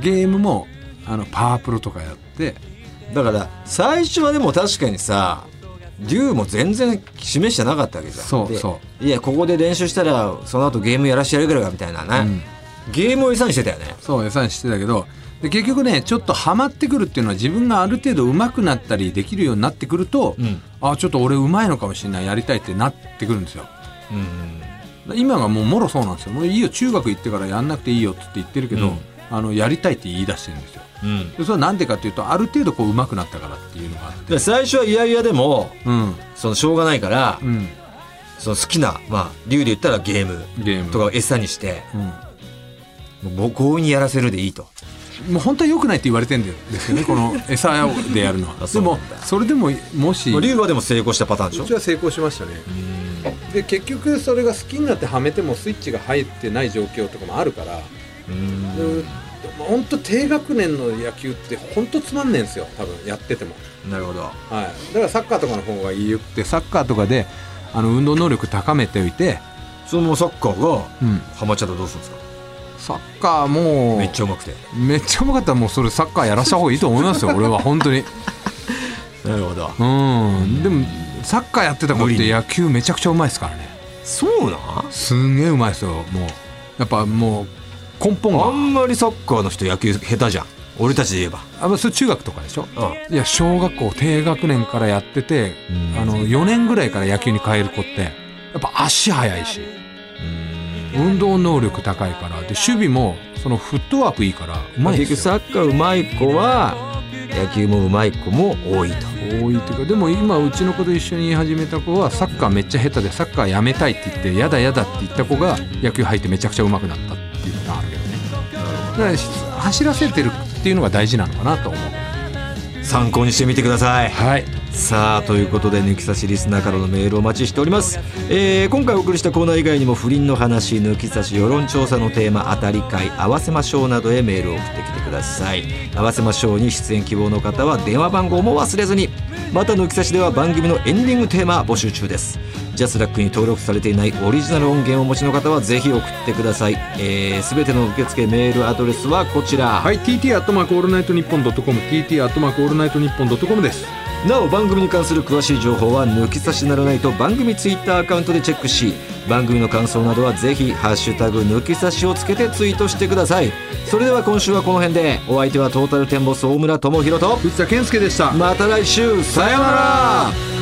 [SPEAKER 4] ゲームもあのパワープロとかやって
[SPEAKER 2] だから最初はでも確かにさ龍も全然示してなかったわけじゃん
[SPEAKER 4] そう
[SPEAKER 2] で
[SPEAKER 4] そ
[SPEAKER 2] いやここで練習したらその後ゲームやらしてやるからみたいなね、ゲームを餌にしてたよね
[SPEAKER 4] そう餌にしてたけどで結局ねちょっとハマってくるっていうのは自分がある程度上手くなったりできるようになってくると、
[SPEAKER 2] ん
[SPEAKER 4] あちょっと俺上手いのかもしれないやりたいってなってくるんですよ。今がもうもろそうなんですよ。もういいよ中学行ってからやんなくていいよって言ってるけど、
[SPEAKER 2] うん
[SPEAKER 4] あのやりたいって言い出してるんですよ。
[SPEAKER 2] うん
[SPEAKER 4] でそれはなんでかっていうとある程度こう上手くなったからっていうのがあって。
[SPEAKER 2] で最初はいやいやでも
[SPEAKER 4] うん
[SPEAKER 2] そのしょうがないから、
[SPEAKER 4] うん
[SPEAKER 2] その好きな、まあ、龍で言ったらゲーム
[SPEAKER 4] ゲーム
[SPEAKER 2] とかを餌にして
[SPEAKER 4] うん
[SPEAKER 2] もう強引にやらせるでいいと
[SPEAKER 4] もう本当は良くないって言われてるんですよねこの餌でやるのは
[SPEAKER 2] あ
[SPEAKER 4] で
[SPEAKER 2] そうな
[SPEAKER 4] も
[SPEAKER 2] んだ
[SPEAKER 4] それでももし
[SPEAKER 2] 龍はでも成功したパターンでし
[SPEAKER 5] う
[SPEAKER 2] ょ
[SPEAKER 5] ちは成功しましたねで結局それが好きになってはめてもスイッチが入ってない状況とかもあるからうん本当低学年の野球って本当つまんねえんですよ多分やってても、
[SPEAKER 2] なるほど
[SPEAKER 5] はい、だからサッカーとかの方がいいよ
[SPEAKER 4] でサッカーとかであの運動能力高めておいて、
[SPEAKER 2] そのままサッカーが
[SPEAKER 4] うん、
[SPEAKER 2] ハマっちゃったらどうするんですか
[SPEAKER 4] サッカーも
[SPEAKER 2] めっちゃうまくて
[SPEAKER 4] めっちゃうまかったらもうそれサッカーやらした方がいいと思いますよ俺は本当に
[SPEAKER 2] なるほど
[SPEAKER 4] うんでもサッカーやってた子っ
[SPEAKER 2] 無理
[SPEAKER 4] て
[SPEAKER 2] に
[SPEAKER 4] 野球めちゃくちゃうまいですからね
[SPEAKER 2] そうなん
[SPEAKER 4] すんげえうまいですよもうやっぱもう根本
[SPEAKER 2] あ
[SPEAKER 4] が
[SPEAKER 2] んまりサッカーの人野球下手じゃん俺たちで言えば
[SPEAKER 4] あまあそれ中学とかでしょ
[SPEAKER 2] うん
[SPEAKER 4] いや小学校低学年からやってて、
[SPEAKER 2] うん
[SPEAKER 4] あの4年ぐらいから野球に変える子ってやっぱ足速いし運動能力高いからで守備もそのフットワークいいからうまいんですよ
[SPEAKER 2] サッカーうまい子は野球もうまい子も多いと
[SPEAKER 4] 多いというかでも今うちの子と一緒に言い始めた子はサッカーめっちゃ下手でサッカーやめたいって言ってやだやだって言った子が野球入ってめちゃくちゃ上手くなったっていうのがあるけどねだからし走らせてるっていうのが大事なのかなと思う
[SPEAKER 2] 参考にしてみてください
[SPEAKER 4] はい
[SPEAKER 2] さあということで抜き差しリスナーからのメールをお待ちしております、えー今回お送りしたコーナー以外にも不倫の話抜き差し世論調査のテーマ当たり会合わせましょうなどへメールを送ってきてください合わせましょうに出演希望の方は電話番号も忘れずにまた抜き差しでは番組のエンディングテーマ募集中ですジャスラックに登録されていないオリジナル音源をお持ちの方はぜひ送ってください、えー、全ての受付メールアドレスはこちら、
[SPEAKER 4] はい TT アットマークオールナイトニッポンドットコム TT アットマークオールナイトニッポンドットコムです
[SPEAKER 2] なお番組に関する詳しい情報は抜き差しならないと番組ツイッターアカウントでチェックし番組の感想などはぜひ「ハッシュタグ抜き差し」をつけてツイートしてくださいそれでは今週はこの辺でお相手はトータルテンボス大村智広と
[SPEAKER 4] 藤田健介でした
[SPEAKER 2] また来週さようなら